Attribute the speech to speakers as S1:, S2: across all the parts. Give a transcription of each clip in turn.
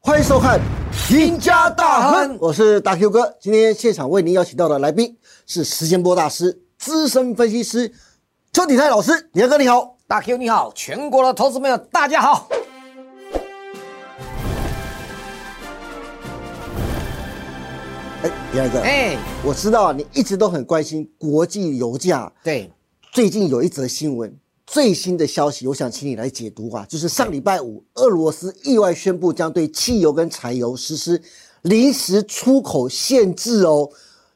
S1: 欢迎收看《赢家大亨》，我是大 Q 哥。今天现场为您邀请到的来宾是时间波大师、资深分析师邱鼎泰老师。鼎泰哥你好，
S2: 大 Q 你好，全国的投资朋友大家好。
S1: 哎，鼎泰哥，
S2: 哎，
S1: 我知道你一直都很关心国际油价，
S2: 对，
S1: 最近有一则新闻，最新的消息，我想请你来解读啊，就是上礼拜五，俄罗斯意外宣布将对汽油跟柴油实施临时出口限制哦，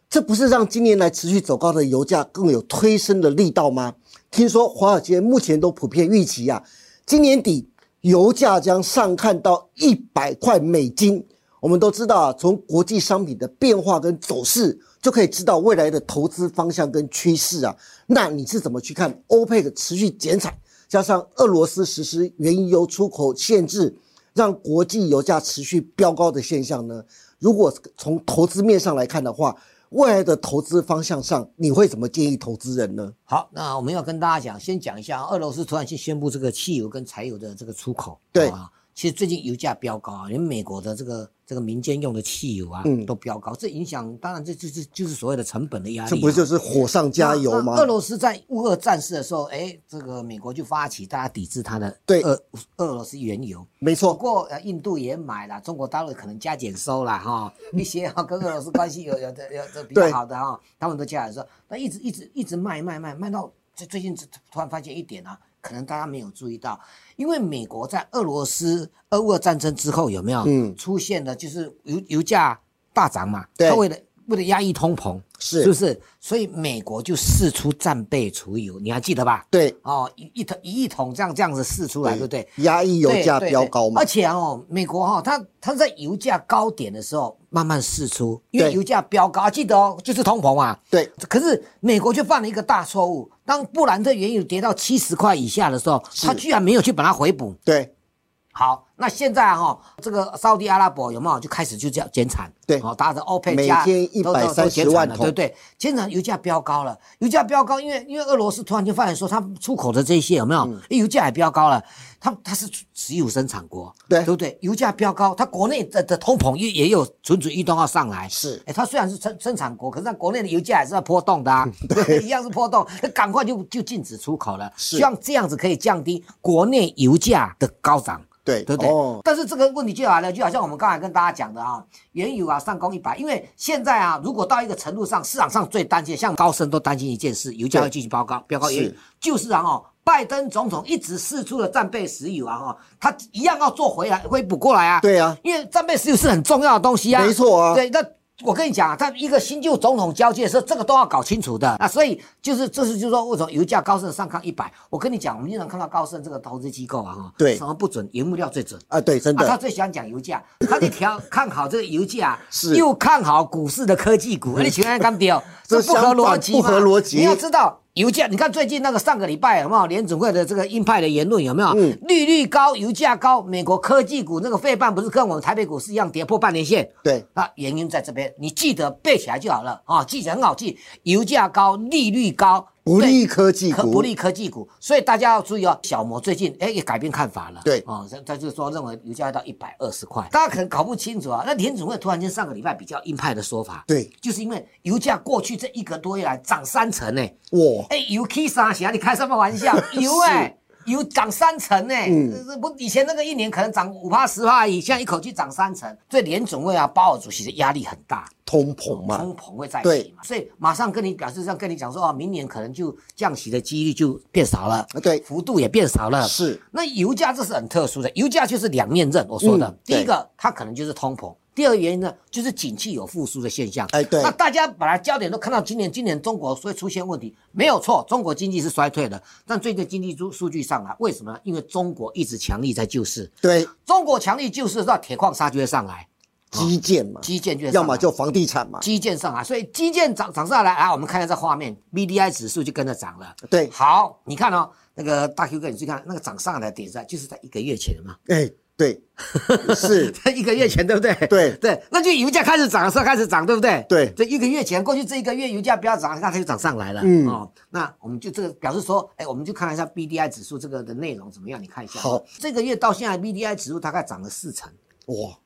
S1: 这不是让今年来持续走高的油价更有推升的力道吗？听说华尔街目前都普遍预期啊，今年底油价将上看到一百块美金。我们都知道啊，从国际商品的变化跟走势，就可以知道未来的投资方向跟趋势啊。那你是怎么去看欧佩克持续减产，加上俄罗斯实施原油出口限制，让国际油价持续飙高的现象呢？如果从投资面上来看的话，未来的投资方向上，你会怎么建议投资人呢？
S2: 好，那我们要跟大家讲，先讲一下俄罗斯突然去宣布这个汽油跟柴油的这个出口，
S1: 对
S2: 啊，其实最近油价飙高啊，连美国的这个这个民间用的汽油啊，
S1: 嗯
S2: 都飙高，这影响当然这就是就是所谓的成本的压力啊、
S1: 这不就是火上加油吗
S2: 那那？俄罗斯在乌俄战事的时候，哎，这个美国就发起大家抵制它的
S1: 对
S2: 俄俄罗斯原油，
S1: 没
S2: 不
S1: 错，
S2: 过呃，印度也买了，中国大陆可能加减收了 哈，一些哈跟俄罗斯关系有有的有的比较
S1: 对
S2: 好的哈，他们都加减收，那一直一直一直卖卖卖卖到最最近突然发现一点啊，可能大家没有注意到，因为美国在俄罗斯俄乌战争之后有没有
S1: 嗯
S2: 出现了就是油油价大涨嘛，
S1: 对
S2: 它为了为了压抑通膨，
S1: 是
S2: 是不是？所以美国就试出战备储油，你还记得吧？
S1: 对，
S2: 哦，一一桶一亿桶这样这样子试出来，对不对？
S1: 压抑油价
S2: 对对
S1: 飙高嘛
S2: 而，且哦，美国哈、它它在油价高点的时候慢慢释出，因为
S1: 对
S2: 油价飙高，记得哦，就是通膨嘛。
S1: 对，
S2: 可是美国却犯了一个大错误，当布兰特原油跌到七十块以下的时候，
S1: 是
S2: 它居然没有去把它回补。
S1: 对，
S2: 好，那现在哈、这个沙地阿拉伯有没有就开始就这样减产？
S1: 对
S2: 好、哦，打着 OPEC
S1: 每
S2: 加
S1: 天
S2: 都都都减
S1: 130
S2: 产
S1: 万
S2: 了，
S1: 桶
S2: 对不对？减产油价飙高了，油价飙高，因为因为俄罗斯突然就发现说，它出口的这些有没
S1: 嗯
S2: 有？诶油价也飙高了，它它是石油生产国，
S1: 对
S2: 对不对？油价飙高，它国内的的通膨也也有蠢蠢欲动要上来，
S1: 是
S2: 哎，它虽然是生生产国，可是它国内的油价也是要波动 的啊，一样是波动，那赶快就就禁止出口了，
S1: 是
S2: 希望这样子可以降低国内油价的高涨。
S1: 对，
S2: 对不对？
S1: 哦，
S2: 但是这个问题就来了，就好像我们刚才跟大家讲的啊，原油啊上攻一百，因为现在啊，如果到一个程度上，市场上最担心，像高盛都担心一件事，油价
S1: 对
S2: 会继续飙高，飙高
S1: 是
S2: 原油，就是啊哦。拜登总统一直试出了战备石油啊，哈，他一样要做回来，恢补过来啊。
S1: 对啊，
S2: 因为战备石油是很重要的东西啊。
S1: 没错啊
S2: 对，那我跟你讲啊，他一个新旧总统交接的时候，这个都要搞清楚的。那所以就是这是就是说，为什么油价高盛上看一百？我跟你讲，我们经常看到高盛这个投资机构啊，哈，
S1: 对
S2: 什么不准，原木料最准。
S1: 啊，对，真
S2: 啊，他
S1: 的，
S2: 最喜欢讲油价，他就调看好这个油价，
S1: 是
S2: 又看好股市的科技股，你请问干掉，
S1: 这
S2: 哦不合
S1: 相
S2: 逻
S1: 反
S2: 辑
S1: 不
S2: 嘛
S1: 合逻辑
S2: 你要知道油价，你看最近那个上个礼拜有没有联准会的这个鹰派的言论有没有？
S1: 嗯
S2: 利率高，油价高，美国科技股那个费半不是跟我们台北股市一样跌破半年线？
S1: 对，
S2: 那啊原因在这边，你记得背起来就好了啊，记起来很好记，油价高，利率高，
S1: 不
S2: 对
S1: 利科技
S2: 科
S1: 股，
S2: 不利科技股，所以大家要注意哦。小摩最近哎也改变看法了，
S1: 对
S2: 哦，他他就是说认为油价要到一百二十块，大家可能搞不清楚啊。那联总会突然间上个礼拜比较鹰派的说法，
S1: 对，
S2: 就是因为油价过去这一个多月来涨三成呢、
S1: 哇，
S2: 哎，油 K 三啊，你开什么 玩笑？油哎、油涨三成呢、
S1: 嗯
S2: 这不以前那个一年可能涨五帕十帕而已，现在一口气涨三成，对联总会啊，鲍尔主席的压力很大。
S1: 通膨嘛，
S2: 通膨会在
S1: 对
S2: 一起嘛，所以马上跟你表示这样跟你讲说，哦，明年可能就降息的几率就变少了，
S1: 啊对
S2: 幅度也变少了。
S1: 是，
S2: 那油价这是很特殊的，油价就是两面刃，我说的，
S1: 嗯
S2: 第
S1: 对
S2: 一个它可能就是通膨。第二个原因呢，就是景气有复苏的现象。
S1: 哎对
S2: 那大家本来焦点都看到今年，今年中国会出现问题，没有错，中国经济是衰退的。但最近经济数数据上来，为什么呢？因为中国一直强力在救市，
S1: 对，
S2: 中国强力救市，到铁矿砂就会上来，
S1: 基建嘛，
S2: 基建就会上
S1: 要
S2: 来
S1: 么就房地产嘛，
S2: 基建上来，所以基建涨涨上来啊，我们看一下这画面，B D I 指数就跟着涨了。
S1: 对，
S2: 好，你看哦，那个大 Q 哥，你去看那个涨上来的点在，就是在一个月前嘛，
S1: 哎， 对，是，
S2: 在一个月前对不对？
S1: 对
S2: 对，那就油价开始涨的时候开始涨，对不对？
S1: 对
S2: 这一个月前过去这一个月油价不要涨，那它就涨上来了。
S1: 嗯
S2: 哦，那我们就这个表示说，哎，我们就看一下 B D I 指数这个的内容怎么样，你看一下。
S1: 好，
S2: 这个月到现在 B D I 指数大概涨了四成。
S1: 哇，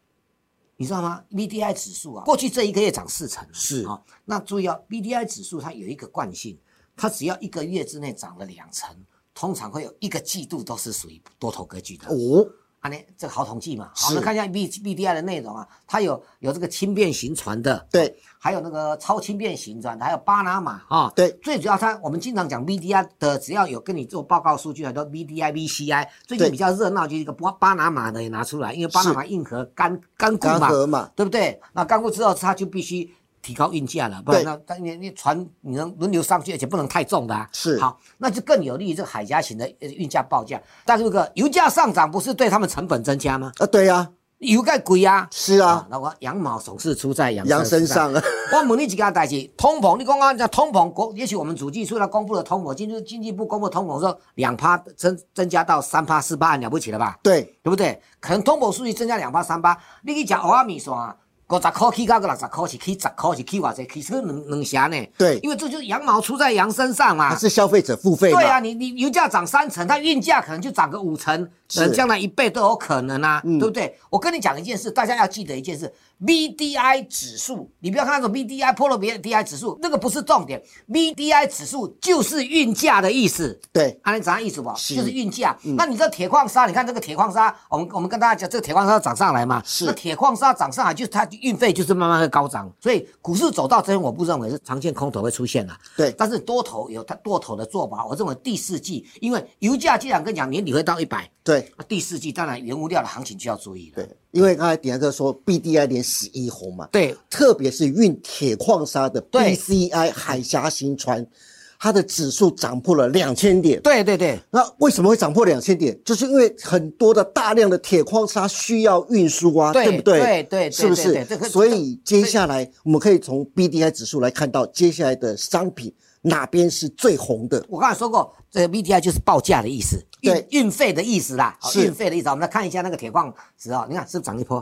S2: 你知道吗？BDI 指数啊，过去这一个月涨四成，
S1: 是
S2: 啊、那注意哦，BDI 指数它有一个惯性，它只要一个月之内涨了两成，通常会有一个季度都是属于多头格局的。
S1: 哦，
S2: 啊，呢，这个好统计嘛。
S1: 是
S2: 好，我们看一下 B B D I 的内容啊，它有有这个轻便型船的，
S1: 对，
S2: 还有那个超轻便型船的，还有巴拿马啊。
S1: 对
S2: 最主要它我们经常讲 B D I 的，只要有跟你做报告数据的，都 B D I B C I。最近
S1: 对
S2: 比较热闹就是一个巴巴拿马的也拿出来，因为巴拿马硬核干干股
S1: 干
S2: 嘛，
S1: 涸嘛，
S2: 对不对？那干过之后，它就必须提高运价了，不然
S1: 对
S2: 那它你你船你能轮流上去，而且不能太重的、啊。
S1: 是
S2: 好，那就更有利于这个海峡型的呃运价报价。但是这个油价上涨不是对他们成本增加吗？
S1: 啊，对呀，
S2: 油价贵呀、
S1: 是
S2: 啊。
S1: 啊，
S2: 那我羊毛总是出在羊
S1: 羊身
S2: 身上。
S1: 上啊，
S2: 我问你几件代志，通膨，你刚刚讲通膨，国也许我们主计处它公布了通膨，经济经济部公布通膨说两趴增增加到三趴四趴，很了不起了吧？
S1: 对，
S2: 对不对？可能通膨数据增加两八三八，你去食蚵仔面线啊，五十块起到个六十块是起十块是起偌济，起出两两成呢？
S1: 对
S2: 因为这就是羊毛出在羊身上嘛
S1: 还。是消费者付费嘛，
S2: 啊对啊，你你油价涨三成，它运价可能就涨个五成，可能
S1: 是嗯
S2: 将来一倍都有可能啊，对不对？我跟你讲一件事，大家要记得一件事，BDI 指数，你不要看那种 BDI、p o l BDI 指数，那个不是重点，BDI 指数就是运价的意思。
S1: 对，
S2: 按你涨意思不？
S1: 是嗯
S2: 就是运价。那你这铁矿砂，你看这个铁矿砂，我们我们跟大家讲，这个铁矿砂涨上来嘛，
S1: 是
S2: 那铁矿砂涨上来，就是它运费就是慢慢的高涨，所以股市走到这边，我不认为是常见空头会出现了。
S1: 对
S2: 但是多头有它多头的做法，我认为第四季，因为油价既然跟你讲年底会到一百，
S1: 对，
S2: 那第四季当然原物料的行情就要注意了。
S1: 对，因为刚才鼎泰哥说 BDI 连十一红嘛，
S2: 对
S1: 特别是运铁矿砂的
S2: 对
S1: BCI 海峡型船，它的指数涨破了两千点。
S2: 对对对
S1: 那为什么会涨破两千点？就是因为很多的大量的铁矿砂需要运输啊，
S2: 对
S1: 不对？
S2: 对对对
S1: 是不
S2: 对
S1: 是
S2: 对这个？
S1: 所以接下来我们可以从 BDI 指数来看到接下来的商品哪边是最红的。
S2: 我刚才说过，这个 BDI 就是报价的意思，运
S1: 对
S2: 运费的意思啦，好
S1: 是
S2: 运费的意思啊。我们来看一下那个铁矿石啊，你看是不是涨一波？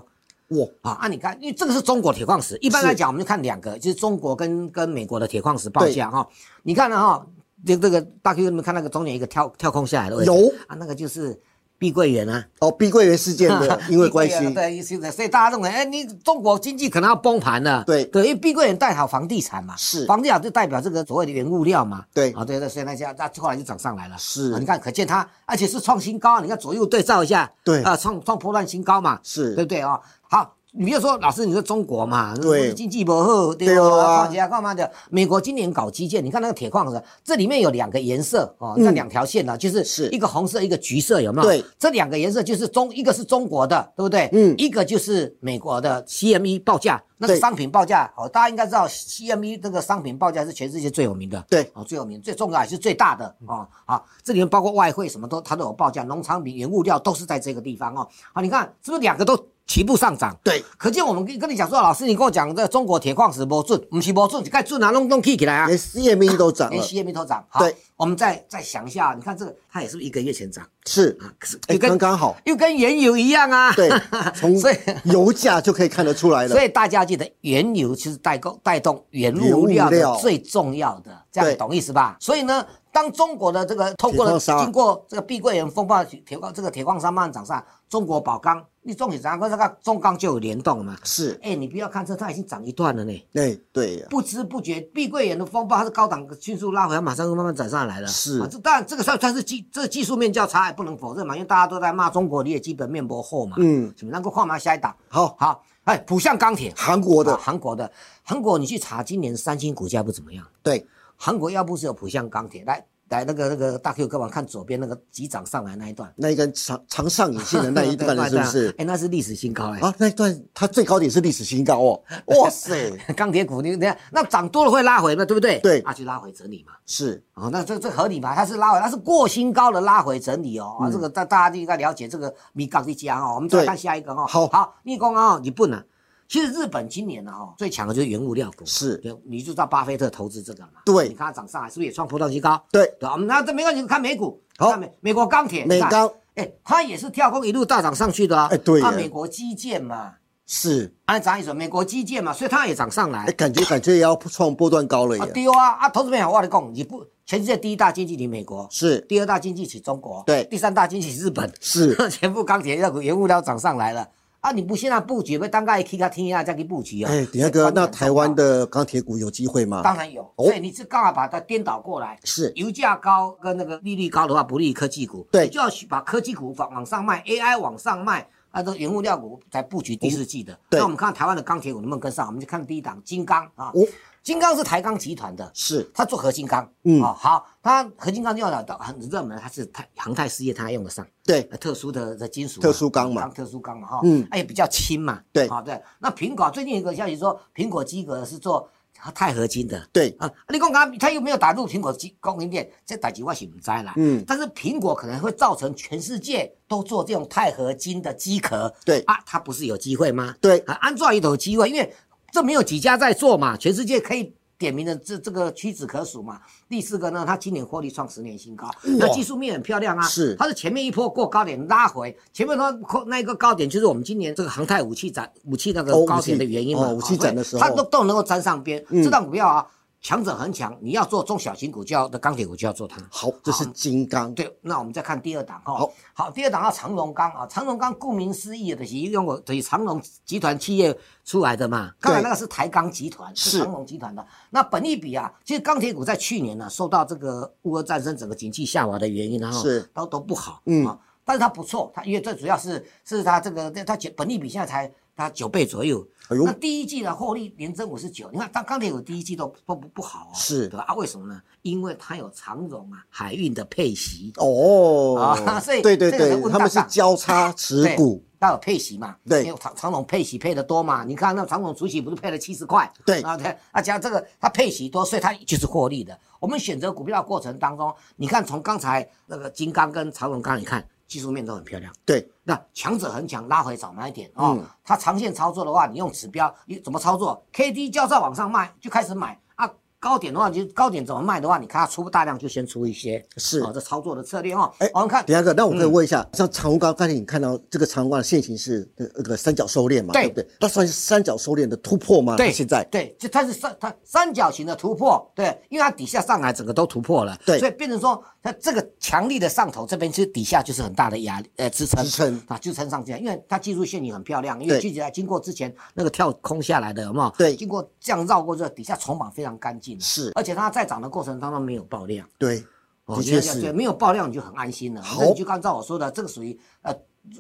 S1: 哇，
S2: 啊，按你看，因为这个是中国铁矿石，一般来
S1: 是
S2: 讲我们就看两个，就是中国跟跟美国的铁矿石报
S1: 对
S2: 价哈、你看了、哈，这这个大 Q 你们看那个中间一个跳跳空下来的位置，
S1: 有
S2: 啊，那个就是碧桂园啊，
S1: 哦，碧桂园事件 的因为关系
S2: 碧，桂园对，是的，所以大家认为，哎，你中国经济可能要崩盘了，
S1: 对
S2: 对，因为碧桂园带好房地产嘛，
S1: 是
S2: 房地产就代表这个所谓的原物料嘛，
S1: 对
S2: 啊，对对，所以那家那后来就涨上来了，
S1: 是
S2: 啊你看，可见它，而且是创新高，啊你看左右对照一下，
S1: 对
S2: 啊，创创破断新高嘛，
S1: 是
S2: 对不对啊、好，你就说老师，你说中国嘛，
S1: 对
S2: 经济不好，对
S1: 对
S2: 吧？
S1: 啊
S2: 看起来干嘛的？美国今年搞基建，你看那个铁矿石，这里面有两个颜色哦，
S1: 嗯
S2: 那两条线呢、就是
S1: 是
S2: 一个红色，一个橘色，有没有？
S1: 对，
S2: 这两个颜色就是中，一个是中国的，对不对？
S1: 嗯
S2: 一个就是美国的 CME 报价，那个
S1: 对
S2: 商品报价哦，大家应该知道 CME 这个商品报价是全世界最有名的。
S1: 对
S2: 哦，最有名、最重要也是最大的
S1: 嗯
S2: 哦。好，这里面包括外汇什么都，它都有报价，农产品、原物料都是在这个地方哦。好，你看是不是两个都齐步上涨？
S1: 对，
S2: 可见我们跟跟你讲说，老师，你跟我讲这个中国铁矿石不准，不是不准，该准啊，弄弄起起来啊，
S1: 连 CME 都涨
S2: 连
S1: 了，
S2: 西也没头涨。好
S1: 呃对，
S2: 我们再再想一下，你看这个，它也是不是一个月前涨
S1: 是，
S2: 啊？可是
S1: 哎，
S2: 又
S1: 刚
S2: 跟
S1: 刚 好。
S2: 又跟原油一样啊。
S1: 对，从
S2: 所以
S1: 油价就可以看得出来了
S2: 所。以大家记得，原油其实代购带动原物料
S1: 原物
S2: 的
S1: 料
S2: 最重要的，这样
S1: 对
S2: 懂意思吧？所以呢，当中国的这个透
S1: 铁
S2: 过了
S1: 矿砂
S2: 经过这个碧桂园风暴铁铁矿这个铁矿砂慢慢涨上，中国宝钢、你中铁涨跟这个中钢就有联动了嘛？
S1: 是，
S2: 哎，你不要看这，它已经涨一段了呢。
S1: 哎、对呀、
S2: 不知不觉，碧桂园的风暴它是高档迅速拉回，它马上就慢慢涨上来了。
S1: 是
S2: 啊，这当然这个算算是技这个技术面较差，也不能否认嘛，因为大家都在骂中国，你也基本面不厚嘛。
S1: 嗯，
S2: 什么能够跨嘛下一档？
S1: 好，
S2: 好，哎，浦项钢铁，
S1: 韩国的、
S2: 啊韩国的，韩国你去查，今年三星股价不怎么样。
S1: 对，
S2: 韩国要不是有浦项钢铁，来来那个那个大 Q 哥们看左边那个急涨上来那一段，
S1: 那一根长长上影线的那一 段是不是
S2: 哎、？那是历史新高哎、
S1: 啊，那一段它最高点是历史新高哦！哇塞，
S2: 钢铁股，你等一下那涨多了会拉回嘛，对不对？
S1: 对
S2: 啊，去拉回整理嘛。
S1: 是
S2: 哦，那这这合理吧？它是拉回，它是过新高的拉回整理哦。啊，这个大大家就应该了解这个米港的家哦。我们
S1: 嗯
S2: 再
S1: 对
S2: 看下一个哦。
S1: 好
S2: 好，逆光哦，你不能。其实日本今年呢、哦，最强的就是原物料股，
S1: 是
S2: 对，你就知道巴菲特投资这个嘛。
S1: 对
S2: 你看它涨上来是不是也创波段新高？
S1: 对
S2: 对，我们那这没关系，看美股，
S1: 好
S2: 看美美国钢铁，
S1: 美
S2: 你看
S1: 钢，
S2: 哎，它也是跳空一路大涨上去的啊。
S1: 哎对耶
S2: 啊，美国基建嘛，
S1: 是，
S2: 按涨一手，美国基建嘛，所以它也涨上来
S1: 哎、。感觉感觉也要创波段高了
S2: 啊，
S1: 耶！
S2: 对啊，啊，投资朋友，我跟你讲，你不全世界第一大经济体美国，
S1: 是
S2: 第二大经济体中国，
S1: 对
S2: 第三大经济体日本，
S1: 是，
S2: 全部钢铁那股原物料涨上来了。啊，你不现在布局，要等到起较天啊再去布局啊。
S1: 哎，等下哥，
S2: 所以观念
S1: 那
S2: 很
S1: 台
S2: 重要
S1: 湾的钢铁股有机会吗？
S2: 当然有，
S1: 哦
S2: 所以你是刚好把它颠倒过来。
S1: 是
S2: 油价高跟那个利率高的话，不利于科技股。
S1: 对
S2: 你就要去把科技股往往上卖，AI 往上卖，啊，这原物料股才布局第四季的。
S1: 哦对
S2: 那我们看台湾的钢铁股能不能跟上？我们就看第一档金刚啊，
S1: 哦
S2: 金刚是台钢集团的，
S1: 是
S2: 它做合金钢。
S1: 嗯
S2: 哦，好，它合金钢用的很热门，它是泰航太事业它用得上。
S1: 对
S2: 呃特殊的的金属嘛，
S1: 特殊钢嘛
S2: 钢特殊钢嘛哈，
S1: 嗯
S2: 嗯，哎也比较轻嘛，
S1: 对
S2: 啊对。那苹果最近有个消息说，苹果基格是做钛合金的，
S1: 对
S2: 啊，你讲刚他又没有打入苹果基供应链，这打击我是唔知啦，
S1: 嗯
S2: 但是苹果可能会造成全世界都做这种钛合金的机壳，
S1: 对
S2: 啊，它不是有机会吗？
S1: 对
S2: 啊，安卓也有机会，因为这没有几家在做嘛，全世界可以。点名的这这个屈指可数嘛。第四个呢，它今年获利创十年新高，那技术面很漂亮啊。
S1: 是
S2: 它是前面一波过高点拉回，前面它那一个高点就是我们今年这个航太武器展武器那个
S1: 哦武器
S2: 高点的原因嘛。
S1: 哦武器展的时候嗯
S2: 它都都能够沾上边。这档股票啊，强者很强，你要做中小型股就要的钢铁股就要做它。
S1: 好，这是金刚，
S2: 对，那我们再看第二档哈。
S1: 好，
S2: 第二档啊，长荣钢啊，长荣钢顾名思义的是用我等于长荣集团企业出来的嘛。刚才那个是台钢集团，
S1: 是
S2: 是长荣集团的。那本益比啊，其实钢铁股在去年呢、受到这个乌俄战争整个经济下滑的原因啊，
S1: 是
S2: 都都不好，
S1: 嗯
S2: 啊但是它不错，它因为最主要是是它这个它本利比现在才它九倍左右，
S1: 哎呦
S2: 那第一季的获利年增五十九，你看当钢铁股第一季都都不不好哦，
S1: 是
S2: 对吧？啊，为什么呢？因为它有长荣啊海运的配息，
S1: 哦
S2: 啊， 所以
S1: 对对
S2: 这个
S1: 对
S2: 人，问
S1: 他们
S2: 大
S1: 是
S2: 大
S1: 交 叉持
S2: 对
S1: 股，，
S2: 它有配息嘛？
S1: 对
S2: 因为长长隆配息配的多嘛？你看那长隆主席不是配了七十块？
S1: 对
S2: 啊对，啊加这个它配息多，所以它就是获利的。我们选择股票的过程当中，你看从刚才那个金刚跟长隆刚，你看技术面都很漂亮。
S1: 对，
S2: 那强者很强，拉回早买点哦。
S1: 嗯
S2: 它长线操作的话，你用指标，你怎么操作？K D 交叉往上卖就开始买啊。高点的话，你就高点怎么卖的话，你看它出大量就先出一些，
S1: 是
S2: 哦，这操作的策略哦。
S1: 哎
S2: 我们看
S1: 等一下哥，那我可
S2: 嗯
S1: 以问一下，像长虹钢，刚才你看到这个长虹钢的线型是呃那个那个三角收敛嘛？
S2: 对
S1: 对不对？它算是三角收敛的突破吗？
S2: 对，
S1: 现在
S2: 对，就它是三它三角形的突破，对，因为它底下上来整个都突破了，
S1: 对
S2: 所以变成说它这个强力的上头这边其实底下就是很大的压力，呃，支撑
S1: 支撑
S2: 啊，支撑上去，因为它技术陷阱很漂亮，因
S1: 对
S2: 为具体来经过之前那个跳空下来的有没有？
S1: 对
S2: 经过这样绕过之后，底下重绑非常干净，啊
S1: 是
S2: 而且它在涨的过程当中没有爆量，
S1: 对，
S2: 哦
S1: 的确
S2: 对，
S1: 是
S2: 没有爆料你就很安心了。
S1: 好
S2: 那你就按照我说的，这个属于呃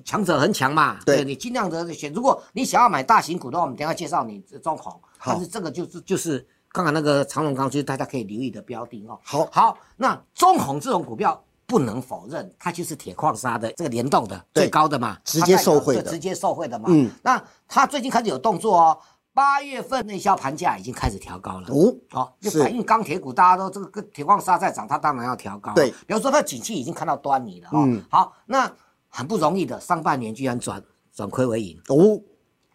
S2: 强者很强嘛，
S1: 对
S2: 你尽量的选。如果你想要买大型股的话，我们等一下介绍你这中红，
S1: 好
S2: 但是这个就是就是刚才那个长隆钢，就是大家可以留意的标的哦。
S1: 好
S2: 好，那中红这种股票。不能否认，它就是铁矿砂的这个联动的
S1: 对
S2: 最高的嘛，
S1: 直接受惠的
S2: 它代表对直接受惠的嘛。
S1: 嗯，
S2: 那它最近开始有动作哦，八月份内销盘价已经开始调高了。
S1: 哦，
S2: 哦，就是反映钢铁股，大家都这个跟铁矿砂在涨，它当然要调高。
S1: 对
S2: 比如说它景气已经看到端倪了哦。
S1: 嗯
S2: 好，那很不容易的，上半年居然转转亏为盈，
S1: 哦，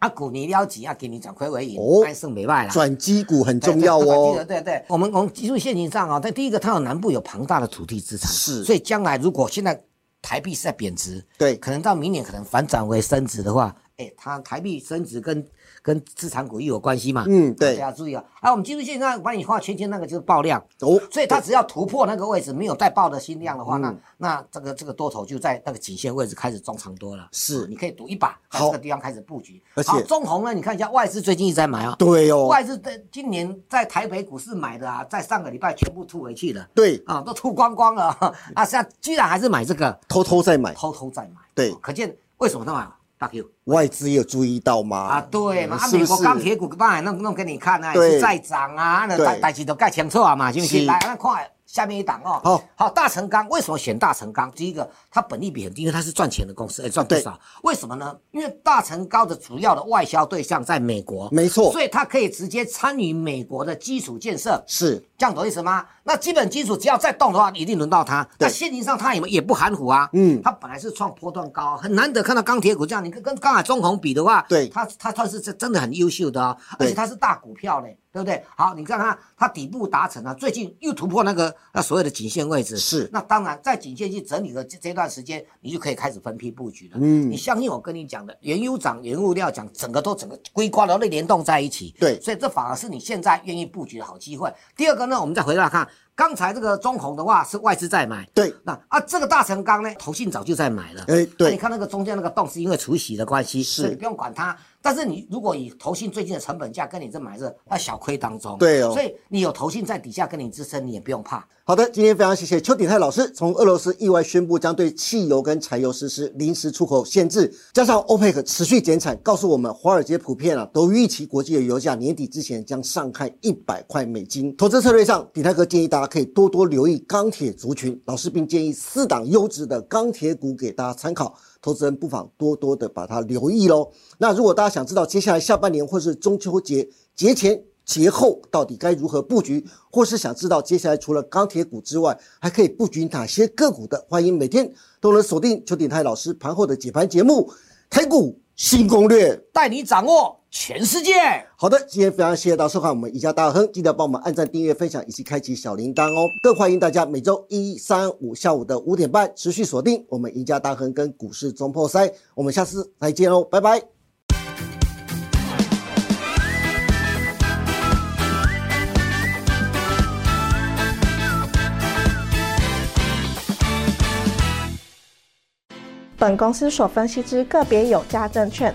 S2: 啊，股你了急啊，给你转亏为盈，
S1: 哦
S2: 还剩没卖啦。
S1: 转机股
S2: 哎
S1: 很重要
S2: 对
S1: 哦，
S2: 对对对，我们我们技术陷阱上啊，在第一个，它有南部有庞大的土地资产，
S1: 是
S2: 所以将来如果现在台币是在贬值，
S1: 对
S2: 可能到明年可能反转为升值的话，哎，它台币升值跟跟资产股又有关系嘛，
S1: 嗯对
S2: 大家注意啊，啊，我们技术线上把你画圈圈那个就是爆量，
S1: 哦，
S2: 所以它只要突破那个位置，没有再爆的新量的话，
S1: 嗯
S2: 那那这个这个多头就在那个颈线位置开始中长多了。
S1: 是
S2: 啊你可以赌一把，在
S1: 好
S2: 这个地方开始布局。
S1: 而且
S2: 好中红呢，你看一下外资最近一直在买啊，
S1: 对哦，
S2: 外资在今年在台北股市买的啊，在上个礼拜全部吐回去了
S1: 对，嗯
S2: 啊，都吐光光了啊，现在居然还是买这个，
S1: 偷偷在买，
S2: 偷偷在买。哦
S1: 对
S2: 可见为什么他买大 Q
S1: 外资也有注意到吗？
S2: 啊？对嘛，啊，
S1: 是
S2: 美
S1: 不是
S2: 国钢铁股把弄弄给你看啊，
S1: 对
S2: 也是在涨啊，那
S1: 对
S2: 大大家都盖清楚啊嘛，是不
S1: 是
S2: 是？来，那看下面一档哦。
S1: 好，
S2: 好，大成钢为什么选大成钢？第一个，它本利比很低，因为它是赚钱的公司，哎，赚不
S1: 对
S2: 少。为什么呢？因为大成钢的主要的外销对象在美国，
S1: 没错
S2: 所以它可以直接参与美国的基础建设。
S1: 是
S2: 这样懂意思吗？那基本基础只要再动的话，一定轮到它。
S1: 对
S2: 那现行上它也也不含糊啊。
S1: 嗯
S2: 它本来是创波段高，很难得看到钢铁股这样。你跟跟刚才中红比的话，
S1: 对
S2: 它它它是真真的很优秀的哦，
S1: 对
S2: 而且它是大股票嘞，对不对？好，你看看它底部达成了，最近又突破那个那所谓的颈线位置。
S1: 是
S2: 那当然在颈线去整理的这这段时间，你就可以开始分批布局了。
S1: 嗯
S2: 你相信我跟你讲的，原油涨、原物料涨，整个都整个规划都联动在一起。
S1: 对
S2: 所以这反而是你现在愿意布局的好机会。第二个呢，我们再回到看刚才这个中红的话是外资在买，
S1: 对
S2: 那啊这个大成钢呢，投信早就在买了。
S1: 哎对
S2: 啊你看那个中间那个洞是因为除息的关系，
S1: 是
S2: 所以你不用管它。但是你如果以投信最近的成本价跟你这买是那小亏当中，
S1: 对哦
S2: 所以你有投信在底下跟你支撑，你也不用怕。
S1: 好的，今天非常谢谢邱鼎泰老师，从俄罗斯意外宣布将对汽油跟柴油实施临时出口限制，加上 OPEC 持续减产，告诉我们华尔街普遍啊都预期国际的油价年底之前将上看一百块美金。投资策略上，鼎泰哥建议大家可以多多留意钢铁族群，老师并建议四档优质的钢铁股给大家参考。投资人不妨多多的把它留意喽。那如果大家想知道接下来下半年或是中秋节节前节后到底该如何布局，或是想知道接下来除了钢铁股之外，还可以布局哪些个股的，欢迎每天都能锁定邱鼎泰老师盘后的解盘节目《台股新攻略》。
S2: 带你掌握全世界。
S1: 好的，今天非常谢谢大家收看我们宜家大亨，记得帮我们按赞、订阅、分享以及开启小铃铛哦。更欢迎大家每周一、三、五下午的五点半持续锁定我们宜家大亨跟股市中破塞，我们下次再见喽，拜拜。
S3: 本公司所分析之个别有价证券，